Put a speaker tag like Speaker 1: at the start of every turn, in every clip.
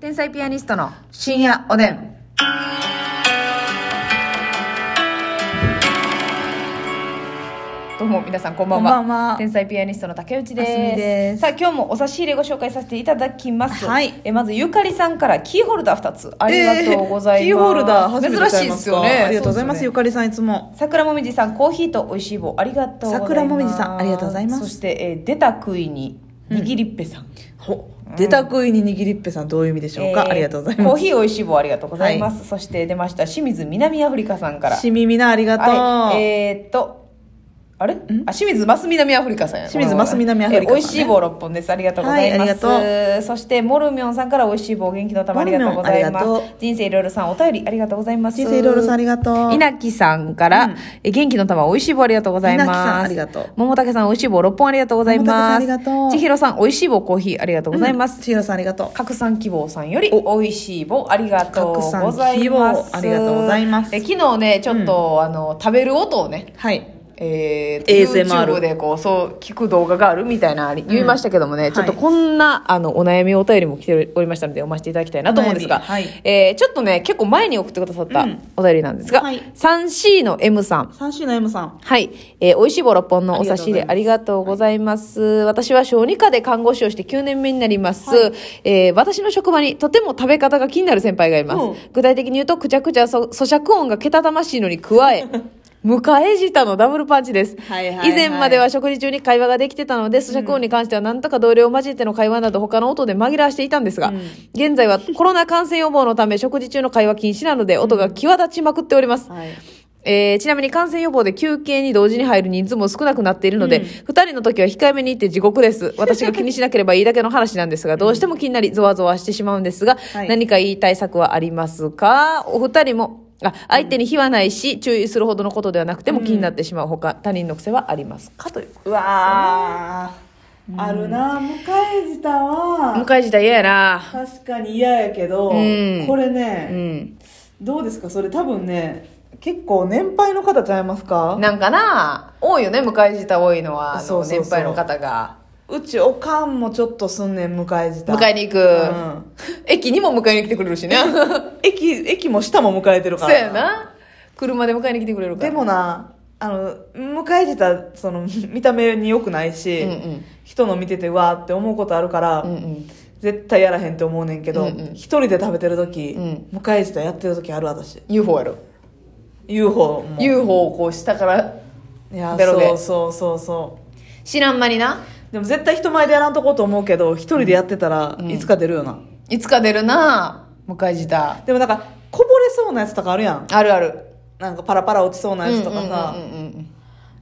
Speaker 1: 天才ピアニストの深夜おでん。どうも皆さんこんばんは。
Speaker 2: こんばんは
Speaker 1: 天才ピアニストの竹内
Speaker 2: あすみ
Speaker 1: です。
Speaker 2: です
Speaker 1: さあ今日もお差し入れご紹介させていただきます。
Speaker 2: はい
Speaker 1: えまずゆかりさんからキーホルダー二つありがとうございます。
Speaker 2: えーキーホルダー初めて買いま
Speaker 1: 珍しいですよね。
Speaker 2: ありがとうございます
Speaker 1: そ
Speaker 2: ゆ
Speaker 1: でね
Speaker 2: かりさんいつも
Speaker 1: 桜もみじさんコーヒーと美味しい棒ありがとうございます。
Speaker 2: 桜もみじさんありがとうございます
Speaker 1: そして、えー出た杭ににぎりっぺさん。
Speaker 2: ほ出た食いに握りっぺさんどういう意味でしょうか、
Speaker 1: えー
Speaker 2: ありがとうございます
Speaker 1: コーヒー美味しい棒ありがとうございます、そして出ました清水南アフリカさんから
Speaker 2: しみみなありがとう、
Speaker 1: はい、えーっとあれあ清水ます南アフリカさんや
Speaker 2: 清水ます南アフリカさんね
Speaker 1: 美味しい棒6本ですありがとうございます、
Speaker 2: はいあ
Speaker 1: そしてモルミョンさんから美味しい棒元気の玉ありがとうございま
Speaker 2: モルミョンあり
Speaker 1: す
Speaker 2: がと
Speaker 1: 人生いろいろさんお便りありがとうございます
Speaker 2: 人生いろいろさんありがとう
Speaker 1: 稲木さんから、
Speaker 2: うん
Speaker 1: え元気の玉美味しい棒ありがとうございます
Speaker 2: 稲木さんありがとう
Speaker 1: 桃竹さん美味しい棒6本ありがとうございます
Speaker 2: 桃竹さんありがとう
Speaker 1: 千尋さん美味しい棒コーヒーありがとうございます、
Speaker 2: うん千尋さんありがとう
Speaker 1: 拡散希望さんより美味しい棒ありがとうございます
Speaker 2: 拡散希望ありがとうございます
Speaker 1: で昨日ねちょっと、あの食べる音をね
Speaker 2: はい
Speaker 1: えー、
Speaker 2: ASMR
Speaker 1: YouTube でこうそう聞く動画があるみたいな言いましたけどもね、
Speaker 2: ん
Speaker 1: ちょっとこんな、あのお悩みお便りも来ておりましたので読ませていただきたいなと思うんですが、
Speaker 2: お悩みはい
Speaker 1: えーちょっとね結構前に送ってくださった
Speaker 2: うん
Speaker 1: お便りなんですが、
Speaker 2: はい
Speaker 1: 3C の M さん
Speaker 2: 3C の M さん
Speaker 1: はい。えー、美味しいボロポンのお差し入れあ
Speaker 2: あ
Speaker 1: り
Speaker 2: り
Speaker 1: がとうございます。私は小児科で看護師をして9年目になります。
Speaker 2: はい
Speaker 1: えー私の職場にとても食べ方が気になる先輩がいます。
Speaker 2: うん
Speaker 1: 具体的に言うと、くちゃくちゃそ咀嚼音がけたたましいのに加 え、迎え舌のダブルパンチです、
Speaker 2: はいはいはい
Speaker 1: 以前までは食事中に会話ができてたので、咀嚼音に関しては何とか同僚を交えての会話など他の音で紛らわしていたんですが、現在はコロナ感染予防のため食事中の会話禁止なので音が際立ちまくっております。
Speaker 2: はい
Speaker 1: えーちなみに感染予防で休憩に同時に入る人数も少なくなっているので、二2人の時は控えめに行って地獄 です。私が気にしなければいいだけの話なんですが、どうしても気になり、ゾワゾワしてしまうんですが、
Speaker 2: はい
Speaker 1: 何かいい対策はありますかお二人も、あ、相手に非はないし、注意するほどのことではなくても気になってしまう他、他人の癖はありますかという。
Speaker 2: うわー、あるな迎え舌は
Speaker 1: 迎え時代嫌やな
Speaker 2: 確かに嫌やけど、
Speaker 1: ん
Speaker 2: これ
Speaker 1: う
Speaker 2: ね、
Speaker 1: ん。
Speaker 2: どうですかそれ多分ね結構年配の方ちゃいますか
Speaker 1: なんかな多いよね、迎え時代多いのは、あの
Speaker 2: そうそうそう
Speaker 1: 年配の方が。
Speaker 2: うちおかんもちょっとすんねん迎え舌
Speaker 1: 迎えに行く、
Speaker 2: うん
Speaker 1: 駅にも迎えに来てくれる しね。
Speaker 2: 駅駅も下も迎えてる
Speaker 1: そ
Speaker 2: か
Speaker 1: う
Speaker 2: ら
Speaker 1: やな車で迎えに来てくれるから
Speaker 2: でもなあの迎え舌その 見た目に良くないし、
Speaker 1: うんうん
Speaker 2: 人の見ててわーって思うことあるから、
Speaker 1: うんうん
Speaker 2: 絶対やらへんって思うねんけど、
Speaker 1: うんうん
Speaker 2: 一人で食べてる時、
Speaker 1: う
Speaker 2: 迎え舌やってる時ある私
Speaker 1: UFO やろ
Speaker 2: UFO も
Speaker 1: UFO をこう下から
Speaker 2: いや
Speaker 1: ベロで
Speaker 2: そうそうそうそう
Speaker 1: 知らん間にな
Speaker 2: でも絶対人前でやらんとこうと思うけど一人でやってたら、
Speaker 1: うん
Speaker 2: いつか出るよない
Speaker 1: つか出るな迎え舌
Speaker 2: でもなんかこぼれそうなやつとかあるやん
Speaker 1: あるある
Speaker 2: なんかパラパラ落ちそうなやつとかさ、
Speaker 1: うんうんうんうん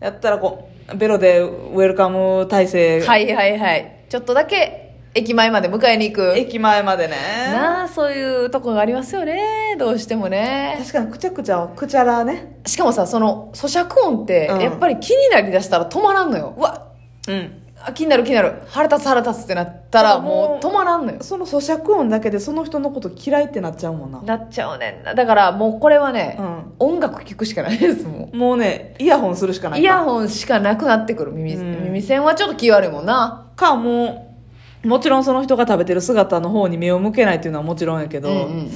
Speaker 2: やったらこうベロでウェルカム体
Speaker 1: うん
Speaker 2: 制
Speaker 1: はいはいはいちょっとだけ駅前まで迎えに行く
Speaker 2: 駅前までね
Speaker 1: なあそういうとこがありますよねどうしてもね
Speaker 2: 確かにくちゃくちゃはくちゃらね
Speaker 1: しかもさその咀嚼音って
Speaker 2: うん
Speaker 1: やっぱり気になりだしたら止まらんのよ、うわ
Speaker 2: うん
Speaker 1: あ気になる気になる腹立つ腹立つってなったらも
Speaker 2: だ
Speaker 1: う
Speaker 2: からもう
Speaker 1: 止まらんのよ
Speaker 2: その咀嚼音だけでその人のこと嫌いってなっちゃうもんな
Speaker 1: なっちゃうねんなだからもうこれはね、
Speaker 2: うん
Speaker 1: 音楽聴くしかないですも
Speaker 2: もうねイヤホンするしか
Speaker 1: う
Speaker 2: ないか
Speaker 1: イヤホンしかなくなってくる耳,、
Speaker 2: うん
Speaker 1: 耳栓はちょっと気悪いもんな
Speaker 2: かもうもちろんその人が食べてる姿の方に目を向けないっていうのはもちろんやけど、
Speaker 1: うんうん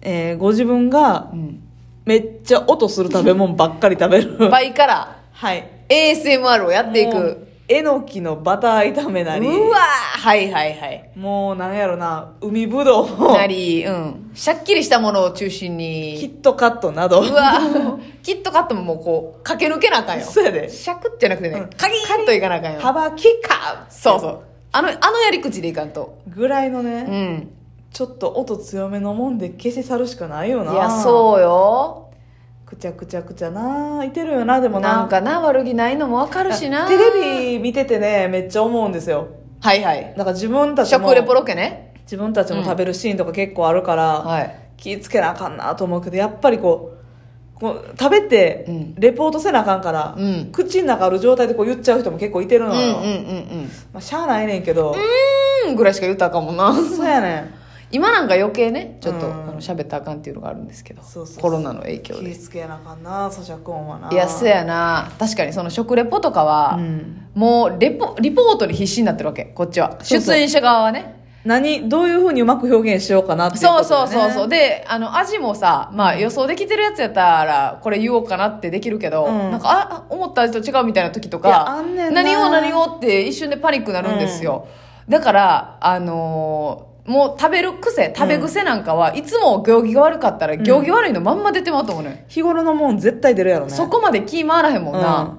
Speaker 2: えーご自分が
Speaker 1: うん
Speaker 2: めっちゃ音する食べ物ばっかり食べる
Speaker 1: うん倍から
Speaker 2: はい
Speaker 1: ASMR をやってい
Speaker 2: も
Speaker 1: く
Speaker 2: うえのきのバター炒めなり
Speaker 1: うわーはいはいはい
Speaker 2: もうなんやろな海ぶどう
Speaker 1: なりうんしゃっきりしたものを中心
Speaker 2: キ
Speaker 1: に
Speaker 2: ットカットなど
Speaker 1: うわーキットカットももうこう駆け抜けなあかんよ
Speaker 2: そうやで
Speaker 1: シャクッじゃなくてね、
Speaker 2: うん
Speaker 1: カギンといかなあかんよ
Speaker 2: 幅キッカ
Speaker 1: そうそうあのあのやり口でいかんと
Speaker 2: ぐらいのね、
Speaker 1: うん
Speaker 2: ちょっと音強めのもんで消し去るしかないよない
Speaker 1: やそうよ
Speaker 2: くちゃくちゃくちゃないてるよなでもな
Speaker 1: なんかな悪気ないのもわかるしな
Speaker 2: テレビ見ててねめっちゃ思うんですよ
Speaker 1: はいはい
Speaker 2: なんか自分たちも
Speaker 1: 食レポロケね
Speaker 2: 自分たちも食べるシーンとか結構あるから、
Speaker 1: はい
Speaker 2: 気ぃつけなあかんなと思うけどやっぱりこうこう食べて
Speaker 1: うん
Speaker 2: レポートせなあかんから、
Speaker 1: うん
Speaker 2: 口の中ある状態でこう言っちゃう人も結構いてる
Speaker 1: うんうん
Speaker 2: の
Speaker 1: うん
Speaker 2: よ、
Speaker 1: うん
Speaker 2: まあ、しゃあないねんけど、
Speaker 1: うんぐらいしか言ったらあかんもんな
Speaker 2: そうやねん
Speaker 1: 今なんか余計ねちょっと
Speaker 2: う
Speaker 1: あ
Speaker 2: ん
Speaker 1: の喋ったらあかんっていうのがあるんですけど
Speaker 2: そうそうそう
Speaker 1: コロナの影
Speaker 2: 気
Speaker 1: 響で
Speaker 2: ぃつけなあかんな咀嚼音はない
Speaker 1: やそうやな確かにその食レポとかは、
Speaker 2: うん
Speaker 1: もうレポリポートに必死になってるわけこっちは
Speaker 2: そうそう
Speaker 1: 出演者側はね
Speaker 2: 何、どういうふうにうまく表現しようかなっていうこと
Speaker 1: そう
Speaker 2: で、ね。
Speaker 1: そうそうそう。で、あの、味もさ、まあ予想できてるやつやったら、これ言おうかなってできるけど、
Speaker 2: うん
Speaker 1: なんか、あ、思った味と違うみたいな時と
Speaker 2: いやあ
Speaker 1: か
Speaker 2: んね、んな
Speaker 1: 何を何をって一瞬でパニックになるんですよ。だから、あのーもう食べる癖、食べ癖なんかは、いつも行儀が悪かったら、行儀悪いのまんま出てまうと思うね、ん。
Speaker 2: 日頃のもん絶対出るやろね。
Speaker 1: そこまで気回らへんもんな、
Speaker 2: うん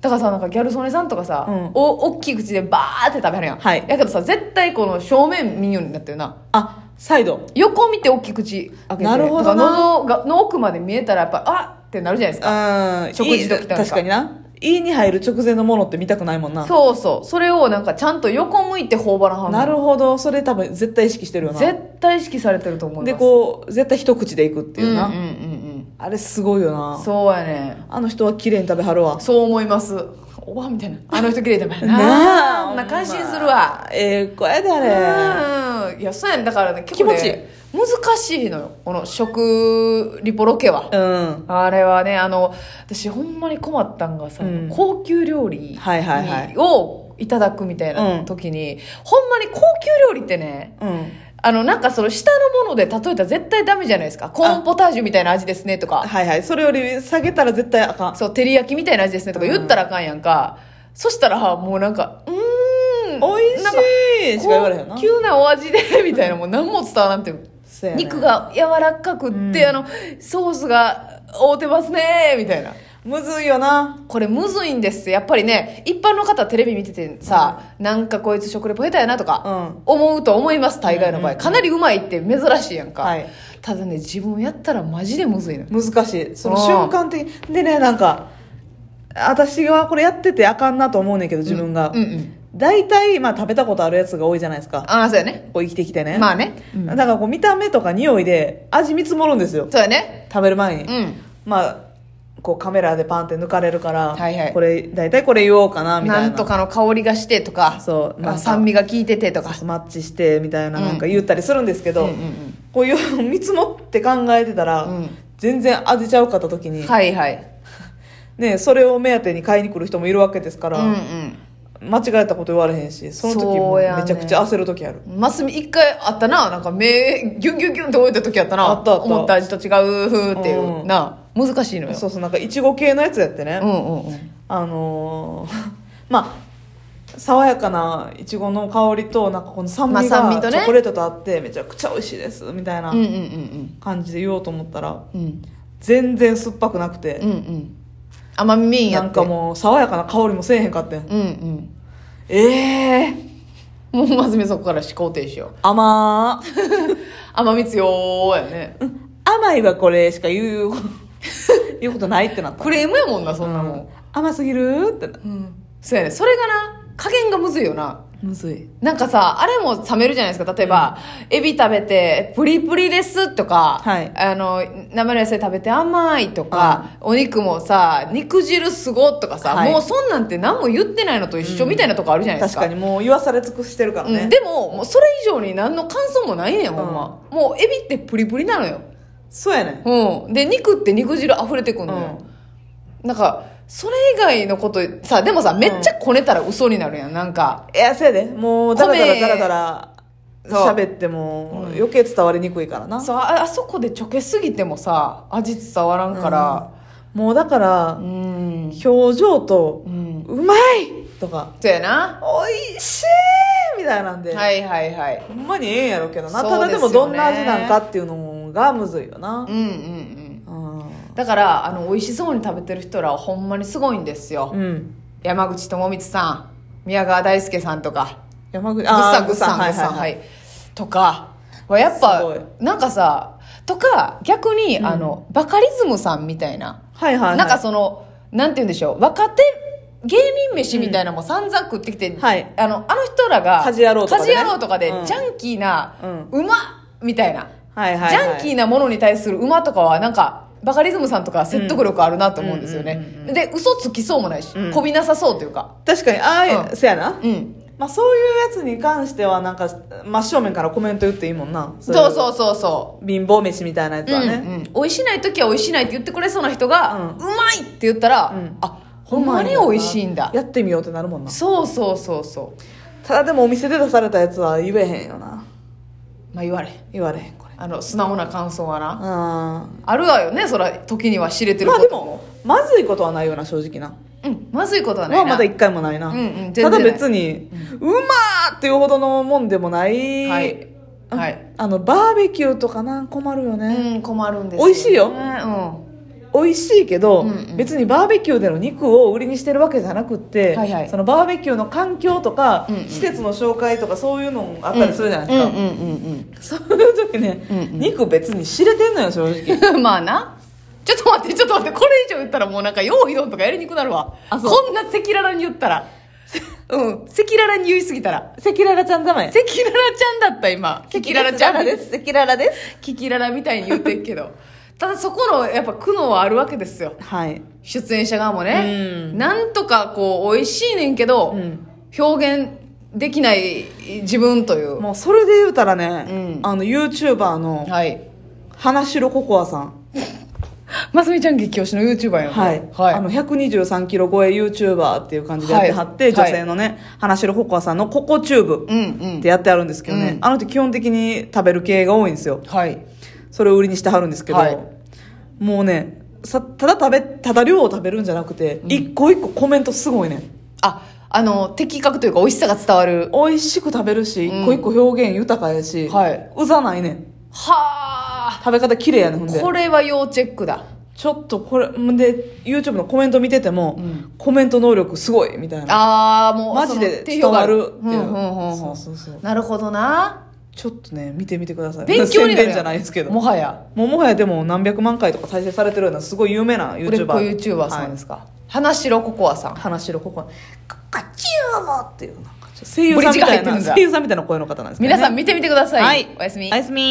Speaker 1: だからさなんかギャル曽根さんとかさ、
Speaker 2: うん
Speaker 1: お大きい口でバーって食べはるやん、
Speaker 2: はい
Speaker 1: やけどさ絶対この正面見んようになってるな
Speaker 2: あ、サイド。
Speaker 1: 横見て大きい口開けて
Speaker 2: なるほ
Speaker 1: だか
Speaker 2: どな
Speaker 1: ら喉がの奥まで見えたらやっぱあってなるじゃないですか
Speaker 2: うん。
Speaker 1: 食事時とか
Speaker 2: いい確かにな。家に入る直前のものって見たくないもんな。
Speaker 1: そうそうそれをなんかちゃんと横向いて頬張らはんの
Speaker 2: なるほど。それ多分絶対意識してるよな。
Speaker 1: 絶対意識されてると思います
Speaker 2: で、こう、絶対一口でいくっていうな。
Speaker 1: うんうんうん
Speaker 2: あれすごいよ
Speaker 1: うん
Speaker 2: な。
Speaker 1: そうやね
Speaker 2: あの人は綺麗に食べはるわ。
Speaker 1: そう思いますおばあみたいなあの人綺麗だもんやなあんな感心するわ。
Speaker 2: ええ子やであれ。
Speaker 1: うんいやそうやねだからね結
Speaker 2: 気
Speaker 1: 構
Speaker 2: 持
Speaker 1: ね
Speaker 2: ちいい
Speaker 1: 難しいのよこの食リポロケは、
Speaker 2: うん。
Speaker 1: あれはねあの私ほんまに困ったんがさ、
Speaker 2: うん
Speaker 1: 高級料理
Speaker 2: はいはいはい
Speaker 1: をいただくみたいな時に、ほんまに高級料理ってね
Speaker 2: うん。
Speaker 1: あのなんかその下のもので例えたら絶対ダメじゃないですかコーンポタージュみたいな味ですねとか
Speaker 2: はいはい。それより下げたら絶対あかん。
Speaker 1: そう照り焼きみたいな味ですねとか言ったらあかんやんか、そしたらもうなんかうーん
Speaker 2: おいし
Speaker 1: なんか
Speaker 2: いしか言われへんよな
Speaker 1: 高。級なお味で みたいなもう何も伝わらんって
Speaker 2: そうやね
Speaker 1: 肉が柔らかくって、あのソースが覆ってますねみたいな
Speaker 2: むずいよな。
Speaker 1: これむずいんですやっぱりね一般の方テレビ見ててさ、なんかこいつ食レポ下手やなとか
Speaker 2: うん
Speaker 1: 思うと思います大概の場合、かなりうまいって珍しいやんか、
Speaker 2: はい
Speaker 1: ただね自分やったらマジでむずいの
Speaker 2: 難しい。その
Speaker 1: うん
Speaker 2: 瞬間的に。でね、なんか、私はこれやっててあかんなと思うねんけど、自分が
Speaker 1: うん。うん
Speaker 2: 大体、まあ食べたことあるやつが多いじゃないですか。
Speaker 1: ああそうやね
Speaker 2: こう生きてきてね。
Speaker 1: まあね、うん
Speaker 2: だからこう見た目とか匂いで味見積もるんですよ。
Speaker 1: そうやね
Speaker 2: 食べる前に。
Speaker 1: うん
Speaker 2: まあこうカメラでパンって抜かれるから、
Speaker 1: はいはい
Speaker 2: これ大体これ言おうかなみたい
Speaker 1: な
Speaker 2: なん
Speaker 1: とかの香りがしてとか
Speaker 2: そうなん
Speaker 1: あ
Speaker 2: か
Speaker 1: 酸味が効いててとか
Speaker 2: マッチしてみたいななんか言ったりするんですけ
Speaker 1: う
Speaker 2: ど、
Speaker 1: んうん
Speaker 2: こういう見積もって考えてたら、
Speaker 1: うん
Speaker 2: 全然味ちゃうかった時
Speaker 1: う
Speaker 2: に、
Speaker 1: んはいはい
Speaker 2: ね、それを目当てに買いに来る人もいるわけですから、
Speaker 1: うんうん
Speaker 2: 間違えたこと言われへんしその時も
Speaker 1: そうやね
Speaker 2: めちゃくちゃ焦る時ある、
Speaker 1: マスミ一回あったななんか目ギュンギュンギュンって置いた時やったな
Speaker 2: あったあった
Speaker 1: 思った味と違うっていう、
Speaker 2: うん
Speaker 1: な難しいのよ
Speaker 2: そうそうなんかいちご系のやつやってね、
Speaker 1: うんうんうん
Speaker 2: あのー まあ爽やかないちごの香りとなんかこの酸味
Speaker 1: まあ酸
Speaker 2: が
Speaker 1: 味と
Speaker 2: チ
Speaker 1: ね
Speaker 2: ョコレートとあってめちゃくちゃ美味しいですみたいな
Speaker 1: うんうんうん
Speaker 2: 感じで言おうと思ったら
Speaker 1: うんうん
Speaker 2: 全然酸っぱくなくて
Speaker 1: うんうん甘みみんや
Speaker 2: な
Speaker 1: って
Speaker 2: んかもう爽やかな香りもせえへんかってん
Speaker 1: うんうん
Speaker 2: ええー、
Speaker 1: もうマスミそこから思考停止よ
Speaker 2: 甘ー
Speaker 1: 甘み強やね
Speaker 2: 甘いはこれしか言う 言うことないってなった
Speaker 1: クレームやもんなそんなも
Speaker 2: うん
Speaker 1: ん、
Speaker 2: 甘すぎるってな
Speaker 1: うんそうやねそれがな加減がむずいよな
Speaker 2: むずい
Speaker 1: なんかさ、あれも冷めるじゃないですか。例えば、エビ食べて、プリプリですとか、
Speaker 2: はい
Speaker 1: あの、生の野菜食べて甘いとか、お肉もさ、肉汁すごっとかさ、
Speaker 2: はい
Speaker 1: もうそんなんて何も言ってないのと一緒みたいなとこあるじゃないで
Speaker 2: 確
Speaker 1: すか。
Speaker 2: かにもう言わされ尽くしてるからね、
Speaker 1: うん、でも、もうそれ以上に何の感想もないねん、ほんま。もう、エビってプリプリなのよ。
Speaker 2: そうやね
Speaker 1: うん。で、肉って肉汁溢れてくんのよ。なんか、それ以外のこと、さ、でもさ、めっちゃこねたら嘘になるやん、なんか。
Speaker 2: いやそうやでもうダラダラ
Speaker 1: 米
Speaker 2: ダラダラ
Speaker 1: そう
Speaker 2: 喋っても余計伝わりにくいからな、
Speaker 1: そうああそこでちょけすぎてもさ味伝わらんから
Speaker 2: もうだから
Speaker 1: うん
Speaker 2: 表情と
Speaker 1: う
Speaker 2: 「
Speaker 1: ん
Speaker 2: うまい!」とか
Speaker 1: そうやな
Speaker 2: 「おいしい!」みたいなんで、
Speaker 1: はいはいはい
Speaker 2: ほんまにええんやろうけどな、
Speaker 1: そう
Speaker 2: ただでも
Speaker 1: ですよ
Speaker 2: ど
Speaker 1: ね
Speaker 2: んな味なんかっていうのがむずいよな
Speaker 1: うんうんうん
Speaker 2: うん
Speaker 1: だからあの美味しそうに食べてる人らはほんまにすごいんですよ、
Speaker 2: うん
Speaker 1: 山口智光さん宮川大輔さんとか
Speaker 2: 山
Speaker 1: ぐ
Speaker 2: 口
Speaker 1: っさんぐっ
Speaker 2: あ
Speaker 1: さん
Speaker 2: ー
Speaker 1: ぐ
Speaker 2: グ
Speaker 1: っ
Speaker 2: ッサ
Speaker 1: さ
Speaker 2: ン
Speaker 1: ん
Speaker 2: は
Speaker 1: はい
Speaker 2: は
Speaker 1: い
Speaker 2: い
Speaker 1: とかはやっ
Speaker 2: すご
Speaker 1: ぱ
Speaker 2: い
Speaker 1: なんかさとか逆にあのバカリズムさんみたいな
Speaker 2: はいはいはい
Speaker 1: なんかその、なんて言うんでしょう、若手、芸人飯みたいなのも散々食ってきて、
Speaker 2: はい
Speaker 1: あの、あの人らが、
Speaker 2: 家事野郎とかでね
Speaker 1: 家事野郎とかで、
Speaker 2: うん
Speaker 1: ジャンキーな、
Speaker 2: う
Speaker 1: うまみたいな、
Speaker 2: はいはい
Speaker 1: ジャンキーなものに対する馬とかは、なんか、バカリズムさんとか説得力あるなと思うんですよ
Speaker 2: うんう
Speaker 1: ね
Speaker 2: んうん。
Speaker 1: で、嘘つきそうもないし、
Speaker 2: うん
Speaker 1: こびなさそうというか。
Speaker 2: 確かにああいう、
Speaker 1: うん
Speaker 2: せやな、
Speaker 1: うん。
Speaker 2: まあ、そういうやつに関してはなんか真正面からコメント言っていいもんな
Speaker 1: そ
Speaker 2: れ
Speaker 1: うそうそうそう。
Speaker 2: 貧乏飯みたいなやつはね、
Speaker 1: うんうん、美味しない時は美味しないって言ってくれそうな人が、う
Speaker 2: う
Speaker 1: まいって言ったら、
Speaker 2: うん
Speaker 1: あほんまに美味しいんだ
Speaker 2: やってみようってなるもんな
Speaker 1: そうそうそうそう
Speaker 2: ただでもお店で出されたやつは言えへんよな
Speaker 1: まあ言われ
Speaker 2: 言われへんこれ
Speaker 1: あの素直な感想はな、
Speaker 2: あー
Speaker 1: あるわよねそら時には知れてる
Speaker 2: ま
Speaker 1: こ
Speaker 2: あで
Speaker 1: と
Speaker 2: もまずいことはないような正直な
Speaker 1: うんまずいことはない
Speaker 2: ま
Speaker 1: な、
Speaker 2: あまだ一回もないな、
Speaker 1: うんうん全然
Speaker 2: ただ
Speaker 1: ない
Speaker 2: 別に、うまーっていうほどのもんでもない、
Speaker 1: はいはい
Speaker 2: あのバーベキューとかな困るよね、
Speaker 1: うん困るんです
Speaker 2: 美味しいよ
Speaker 1: ねうん
Speaker 2: 美味しいけど、
Speaker 1: うんうん
Speaker 2: 別にバーベキューでの肉を売りにしてるわけじゃなくって、
Speaker 1: はいはい
Speaker 2: そのバーベキューの環境とか、
Speaker 1: うんうん
Speaker 2: 施設の紹介とかそういうのもあったりするじゃないですか、
Speaker 1: うんうんうん
Speaker 2: そういう時ね、
Speaker 1: うんうん
Speaker 2: 肉別に知れてんのよ正直
Speaker 1: うん まあなちょっと待ってちょっと待ってこれ以上言ったらもうなんか用意どんとかやりにくくなるわ
Speaker 2: あそう
Speaker 1: こんな赤裸々に言ったらうん赤裸々に言いすぎたら
Speaker 2: 赤裸々ちゃんじゃない
Speaker 1: 赤裸々ちゃんだった今赤裸々ちゃん
Speaker 2: す赤裸々です
Speaker 1: キキララみたいに言ってるけど ただそこのやっぱ苦悩はあるわけですよ
Speaker 2: はい
Speaker 1: 出演者側もね、
Speaker 2: うん
Speaker 1: なんとかこう美味しいねんけど、
Speaker 2: うん
Speaker 1: 表現できない自分という、
Speaker 2: もうそれで言うたらね、
Speaker 1: うん
Speaker 2: あの YouTuber の
Speaker 1: はい
Speaker 2: 花城ココアさん、
Speaker 1: ますみちゃん激推しの YouTuber やん
Speaker 2: はい
Speaker 1: はい
Speaker 2: あの123キロ超え YouTuber っていう感じでやってはって、
Speaker 1: はい
Speaker 2: 女性のね、花城ココアさんのココチューブ
Speaker 1: うんう
Speaker 2: っ
Speaker 1: ん
Speaker 2: てやってあるんですけどね、
Speaker 1: うん
Speaker 2: あの人基本的に食べる系が多いんですよ
Speaker 1: はい
Speaker 2: それを売りにしてはるんですけど、
Speaker 1: はい
Speaker 2: もうねさただ食べただ量を食べるんじゃなくて、一個一個コメントすごいね
Speaker 1: ああの的確というか美味しさが伝わる
Speaker 2: 美味しく食べるし、
Speaker 1: うん
Speaker 2: 一個一個表現豊かやし、
Speaker 1: はいう
Speaker 2: ざないねん
Speaker 1: はあ
Speaker 2: 食べ方綺麗やねんほんで
Speaker 1: これは要チェックだ
Speaker 2: ちょっとこれで YouTube のコメント見てても、
Speaker 1: うん
Speaker 2: コメント能力すごいみたいな
Speaker 1: ああもう
Speaker 2: マジで伝わるって
Speaker 1: その定評があるうん
Speaker 2: いう,、
Speaker 1: うんうん
Speaker 2: そううんそうそう
Speaker 1: なるほどな
Speaker 2: ちょっとね見てみてください
Speaker 1: 勉強になる
Speaker 2: 宣伝じゃないですけど
Speaker 1: も
Speaker 2: も
Speaker 1: はや
Speaker 2: うもはやでも何百万回とか再生されてるようなすごい有名な YouTuber
Speaker 1: 売れっ子 YouTuber さんですか、花城ココアさん
Speaker 2: 話しろここに「カカチューボ!」っていうなんかちょっと声優
Speaker 1: ブリ
Speaker 2: さ
Speaker 1: ッ
Speaker 2: ん
Speaker 1: ジ
Speaker 2: み
Speaker 1: が
Speaker 2: た
Speaker 1: 入っ
Speaker 2: い
Speaker 1: てるん
Speaker 2: な
Speaker 1: だ
Speaker 2: 声優さんみたいな声の方なんですけどね
Speaker 1: 皆さん見てみてください、
Speaker 2: はい
Speaker 1: おやすみ
Speaker 2: おやすみ